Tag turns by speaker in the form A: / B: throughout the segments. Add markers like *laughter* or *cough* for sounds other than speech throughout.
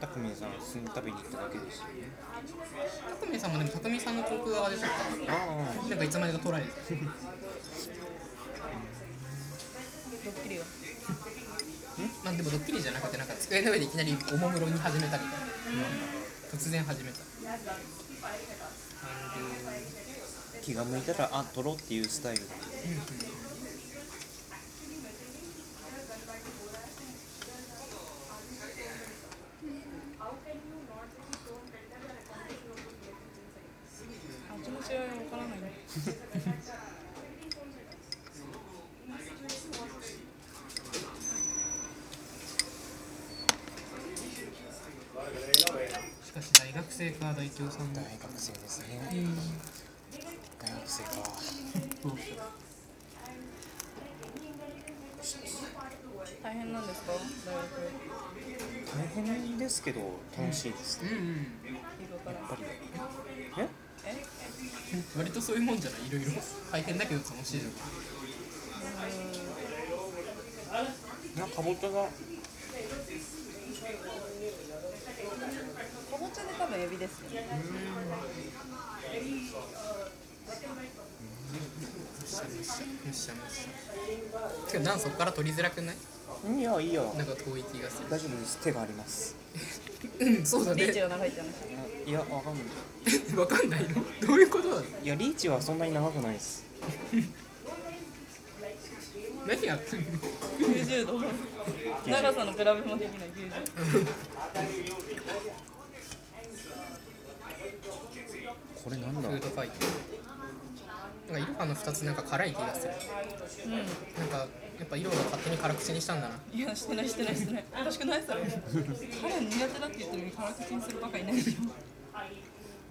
A: たくみんさんその食べに行っただけですよね
B: たくみさんもでもたくみさんの航空側でしょ
A: ああ
B: なんかいつまでか取られてた
C: ドッキリよ
B: *laughs* まあでもドッキリじゃなくてなんか机の上でいきなりおもむろに始めたみたいな、突然始めた
A: 気が向いたらあ取ろうっていうスタイル
C: あ気持ちは分からないね
B: しかし大学生か大京さんも
A: 学生ですね
B: うん
A: 大学生か
B: どうした
C: 大変なんですか大学
A: 大変ですけど楽しいです、
B: うんうん
C: 色から
A: やっぱりえ
C: え
B: 割とそういうもんじゃないいろいろ大変だけど楽しいじゃん
A: なんかかぼちゃが
C: かぼちゃで多分エビですよね
B: むしゃむしゃけどなんそっから取りづらくない
A: いやいいや
B: なんか遠い気がす
A: 大丈夫です手があります
B: るうんそうだ
C: リーチ
B: ね
C: が長いって話
A: あいやわかんない
B: *laughs* わかんないのどういうことだ
A: いやリーチはそんなに長くないです
B: 何やってんの
C: 90度 *laughs* 長さの比べもできない90
A: これなんだ
B: フードファイトなんかイロハの2つなんか辛い気がする
C: う
B: なんかやっぱイロハが勝手に辛口にしたんだなん
C: いやしてないしてないしてないおかしくないそれ彼苦手だって言ってるのに辛口にするバカいないよ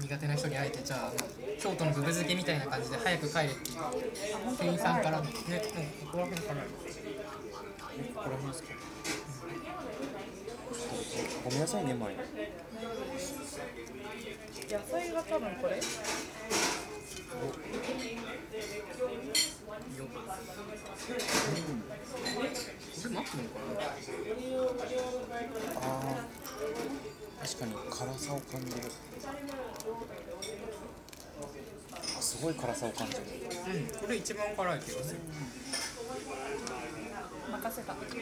B: 苦手な人に会えてじゃあ京都のぶぶ漬けみたいな感じで早く帰れっていう店員さんからねなんかここら辺から
A: ここら辺ですかごめんなさいね前
C: 野菜が多分これ
B: よこれ待ってるのかな
A: あー確かに辛さを感じるあすごい辛さを感じる
B: うん、これ一番辛い気がする。
C: 任せた
B: 別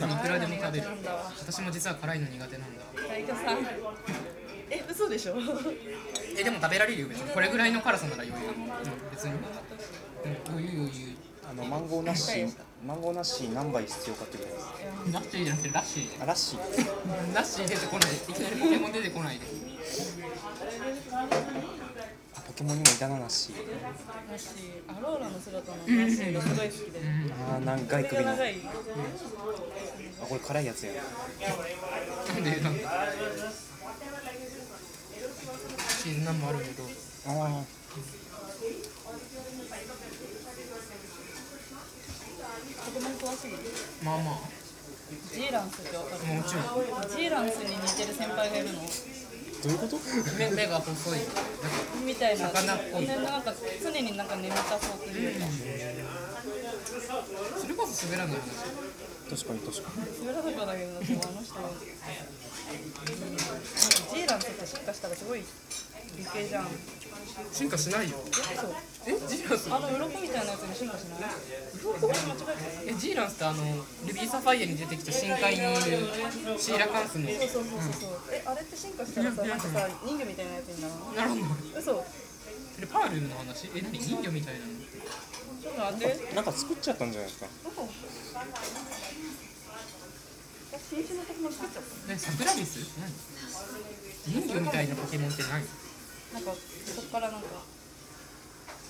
B: にいくらでも食べる
C: 辛いの苦手なんだわ。
B: 私も実は辛いの苦手なんだ。
C: 大家さんえ嘘でしょ
B: え、でも食べられるよ、別に。これぐらいの辛さなら余裕。うん、別に。うん、余裕余
A: あのマンゴーナッシーマンゴーナッシー何杯必要かってぐらいです
B: 裕。ラッシーじゃなくてラッシー
A: あラッシー
B: で。ラッシー出てこない。いきなりポケモン出てこないで。
A: あポケモンにもいたなナッシー
C: 私アローラの姿の話がすごい好きで
A: あー長い
C: 首
A: 首の
C: が
A: あ
C: 長い
A: これ辛いやつや
B: なんで、なんで。チーズナンもあるけど。
A: あー
C: 子供詳しい
B: まあま
C: ジーランスってわか
B: あ、もちろん。
C: るジーランスに似てる先輩がいるの
A: どういうこと
B: 目、目が細い。なんか
C: みたいな
B: 魚っぽい
C: でなんか常になんか眠たそうというか
B: それこそ滑らない話。
A: 確かに確かに
C: 滑らなかったけど、でもあの人、なんかジーランスって進化したらすごい美形じゃん。
B: 進化しないよ。
C: そう
B: え、ジーランス。
C: あの鱗みたいなやつに進化しない鱗間違え
B: えジーランスってあのルビーサファイアに出てきた深海にいるシーラカンスの
C: たそうそうそうそうそう。え、あれって進化したらさ、なんかさ、人魚みたいなやつにならない
B: なるほど
C: 嘘
B: それパールの話え何人魚みたいなの
C: ちょっと待 *laughs* って。
A: なんか作っちゃったんじゃないですか
C: 嘘私、新種のポケモン作っちゃっ
B: 何サクラビス何人魚みたいなポケモンって何
C: た。なんか、そこからなんか、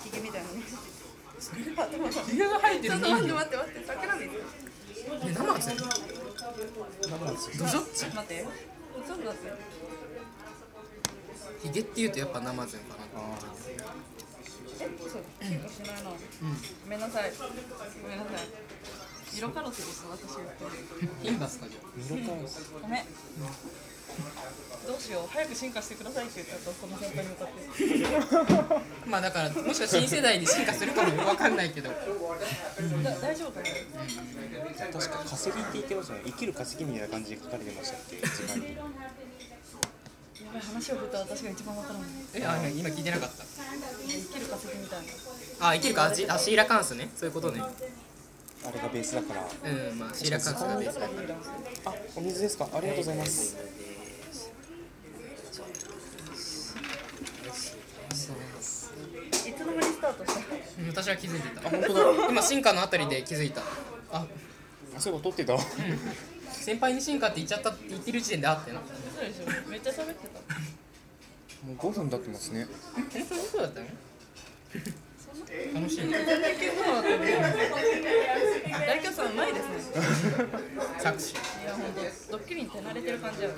C: ヒゲみたいなね。それは、でもさ、ちょっ
B: ヒゲが生えてる
C: と
B: 人
C: 待って
B: 魚
C: 待って待って、桜ですよ。
B: え生やつやのドジョッチ
C: 待って。ちょっと待って。
B: ヒゲっていうとやっぱ生やつやのかな
A: あ
C: え、そう、進化しないな。
B: うん
C: ごめんなさい。ごめんなさい。色カロスです私が言ってる
B: いいんですかじゃ
A: ミロカンス
C: ごめんどうしよう早く進化してくださいって言ったとこの先輩に向かって
B: あまあだからもしかしたら新世代に進化するかもわかんないけど
C: だ大丈夫かな
A: 確か化石って言ってましたね生きる化石みたいな感じで書かれてましたっけ時間に
C: やばい話を振った私が一番わからない
B: えあ今聞いてなかっ
C: 生きる化石みたいな
B: たあいけるかアシアシーラカンスねそういうことね
A: あれがベースだから
B: うんまあシーラカンスがベースだから
A: あお水ですかありがとうございます
C: いつの間にスタートした
B: うん私は気づいてた
A: あ本当だ
B: 今進化のあたりで気づいたあ
A: あそういえば撮ってた
B: 先輩に進化って言っちゃったって言ってる時点であってな
C: そうでしょめっちゃ喋ってた
A: もう5分経ってますね。
B: 本当にそうだったね楽しいね
C: 大京さんうまいですね
B: 搾取
C: いや本当ドッキリに手慣れてる感じある
B: うん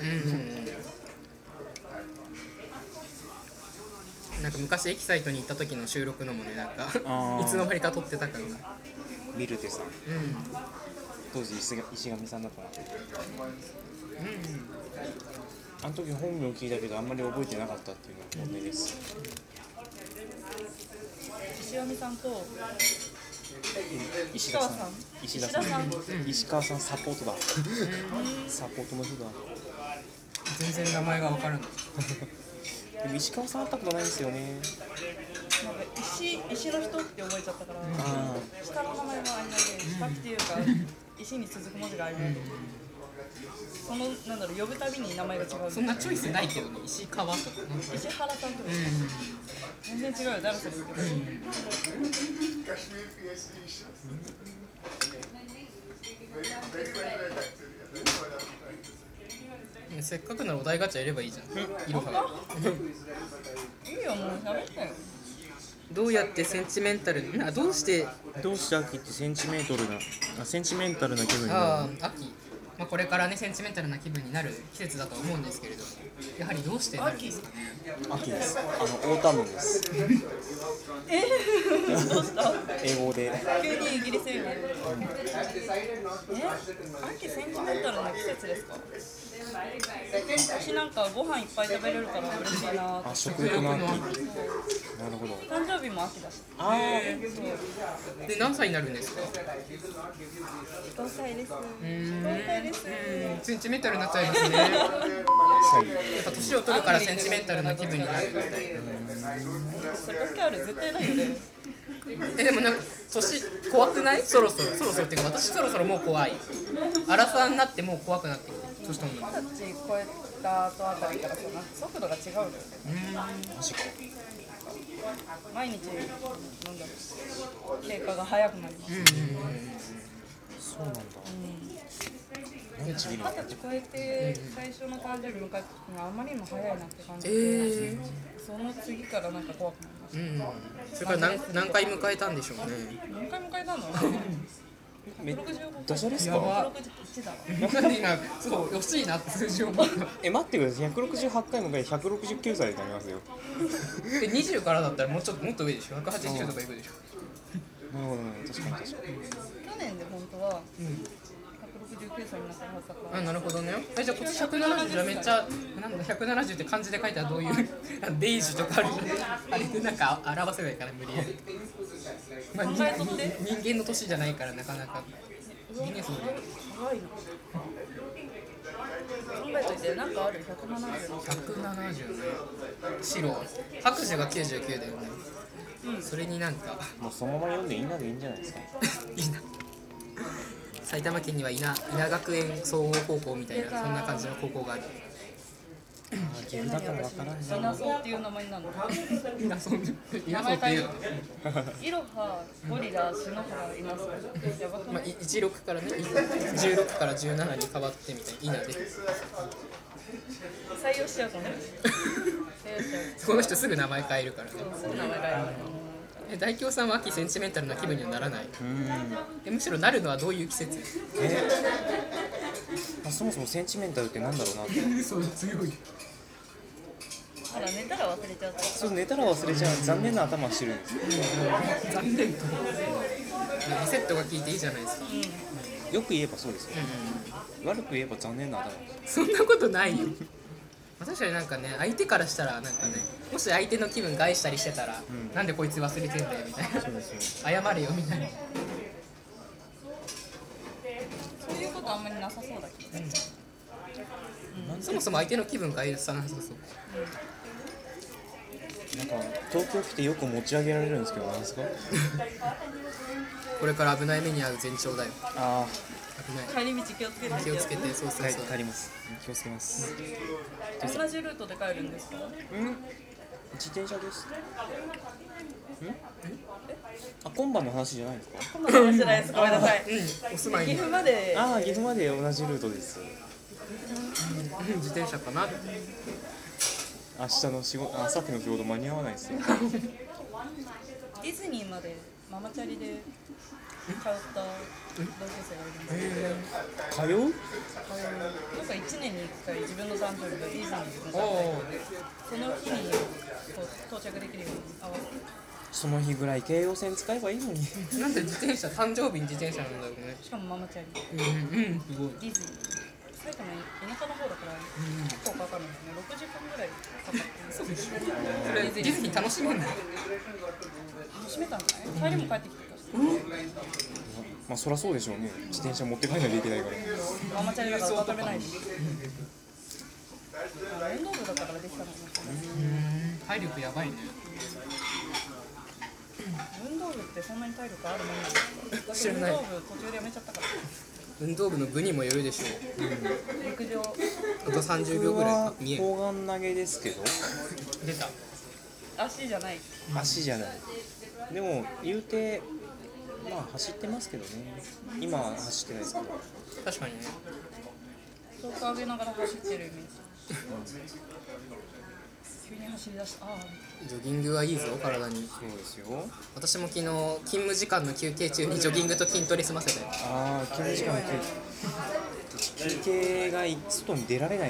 B: なんか昔エキサイトに行った時の収録のもねなんか
A: あー
B: いつの間にか撮ってた感が
A: ミルテさん、
B: うんうん
A: 当時石が石神さんだから。あの時本名聞いたけどあんまり覚えてなかったっていうのが本音です。
C: 石神さんと
A: 石
C: 川
A: 川
C: さん
A: さん、石田さん
C: 石田さん、
A: 石川さんサポートだ。サポートの人だ。
B: 全然名前が分からない
A: でも石川さん会ったことないんですよね。
C: なんか石石の人って覚えちゃったから
A: あ
C: 下の名前も曖昧で下っていうか石に続く文字が曖昧でそのなんだろう呼ぶたびに名前が違う
B: そんなチョイスないけどね石川とかね
C: 石原さんとか
B: う
C: 全然違うよ誰それって
B: んせっかくならお題ガチャやればいいじゃんいろはが
C: いいよもう喋ったよ
B: どうやってセンチメンタルにあどうして
A: あ。どうして秋ってセンチメートルなあセンチメンタルな気分にな
B: あー秋、まあ、これからねセンチメンタルな気分になる季節だと思うんですけれどもやはりどうしてなるんですかね
A: るの。秋です。あのオータムです。
C: えどうした
A: 英語で。
C: 急にイギリス英語え秋センチメンタルな季節ですか私なんかご飯いっぱい食べれるから嬉しいな
A: あ
C: と
A: 食欲の秋。な
B: 食
A: る
B: 欲の秋
A: ほど。
C: 誕生日も秋だし
A: あー
B: で何歳になるんですか
C: 5歳です
B: うーん
C: 5歳です
B: うんセンチメンタルになっちゃいますねやっ
A: 最後。
B: ぱ年を取るからセンチメンタルな気分になる
C: それ関係ある絶対ないよね
B: えでもなんか年怖くないそろそろそろそろっていうか私そろそろもう怖い荒さになってもう怖くなってきて年取るのが
C: 二十歳超えた後あたりからさなんか速度が違うんだよね
A: マジか。
C: 毎日なんだろう経過が早くなります
A: そうなんだ。何次の
C: 二。十歳超えて最初の誕生日迎えた時があまりにも早いなって感じ
B: え
C: て、
B: ー
C: その次からなんか怖くなりまし
B: うんそれから何何回迎えたんでしょうね *laughs*
C: た何回迎えたの
A: め
C: 165回
A: ダジャレっす
B: やば
A: か
C: 161だわ
B: なんで今そう惜しいなって数字を思った
A: え待ってください168回もが169歳になりますよ
B: で20からだったらもうちょっともっと上でしょ189とかいくでしょ
A: なるほどね確かに確かに
C: 去年で本当は169歳になったはずだから
B: あなるほどねえじゃあ今年170じゃめっちゃなんだ170って漢字で書いたらどういうデイジとかあるじゃんあれでなんか表せないから無理やり、まあ、人
C: 考えとって
B: 人間の年じゃないからなかなか人間そう
C: 怖いな考えといてなんかある170
B: 170ね白白手が99だよね、それになんか
A: もうそのまま読んでいいなでいいんじゃないですか
B: *laughs* いいな埼玉県には稲稲学園総合高校みたいなそんな感じの高校がある
A: ゲームだからわからん
C: シナ
A: な
C: ソーっていう名前になるの
B: 稲村稲村っていう
C: イロハゴリラシノハライナソーやばく
B: ま
C: な
B: あ、
C: い
B: い16からね16から17に変わってみたいな稲で *laughs*
C: 採用しちゃうとね採用しちゃう
B: この人すぐ名前変えるからね
C: すぐ名前変える
B: え大京さんは秋センチメンタルな気分にはならない
A: うん
B: えむしろなるのはどういう季節
A: えまあそもそもセンチメンタルってなんだろうなって
B: *laughs* そう強い
C: あら寝たら忘れちゃう
A: そう寝たら忘れちゃう残念な頭してるんです
B: 残念とねセットが効いていいじゃないですか、
C: うん
A: よく言えばそうですよ、悪く言えば残念なあだ名です
B: そんなことないよまあ確かになんかね相手からしたらなんかねもし相手の気分害したりしてたら、
A: ん
B: なんでこいつ忘れてんだよみたい
A: そうです
B: な謝れよみたいな
C: そういうことあんまりなさそうだけどね
B: そもそも相手の気分害さなさそう
A: なんか東京来てよく持ち上げられるんですけどなんですか
B: これから危ない目に遭う前兆だよ
A: あ
B: 危ない
C: 帰り道気をつけて
B: 気をつけてそう
A: あ
B: そう
A: 帰
B: そう
A: 帰ります気をつけます
C: 同じルートで帰るんですか
A: うん自転車ですんあ今晩の話じゃないですか
C: こんな話じゃないですごめんなさい
B: うんお住まい
C: 岐
B: に
C: 阜まで
A: ああ岐阜まで同じルートです
B: うん自転車かな
A: 明日の仕事あさっきの仕事間に合わないですよ
C: ディズニーまでママチャリで通った同級生がいるんですけ
A: 通う
C: どなんか1年に1回自分の誕生日がディズニー
B: お
C: で
B: お
C: その日にこう到着できるように合わせて
A: その日ぐらい京葉線使えばいいのに
B: ーなんで自転車誕生日に自転車なんだろうね
C: しかもママチャリ
B: うんうんすごい
C: ディズニー埼玉田舎の方だから結構かかるんですね6時間ぐらいかかって
B: そうでしょそれディズニー楽しめんの
C: 閉めたんじゃない帰りも帰ってきてたし
A: *laughs* まあそりゃそうでしょうね自転車持って帰らないといけないから
C: ママチャリだから渡れないしあ運動部だったからできたのかな
B: 体力やばいね
C: 運動部ってそんなに体力あるもんなんですか
B: 知らない
C: 運動部途中でやめちゃったから
B: 運動部の部にもよるでしょう
C: 陸上
B: あと30秒
A: 僕
B: ぐら
A: はい
B: 見え
A: 砲丸投げですけど
B: 出た
C: 足じゃない
A: 足じゃないでも言うてまあ走ってますけどね今は走ってないですけど
B: 確かにね
C: 遠く上げながら走ってるイメージ急に走り出したああ
B: ジョギングはいいぞ体に
A: そうですよ
B: 私も昨日勤務時間の休憩中にジョギングと筋トレ済ませたよ
A: ああ休憩時間の休憩休憩が外に出られない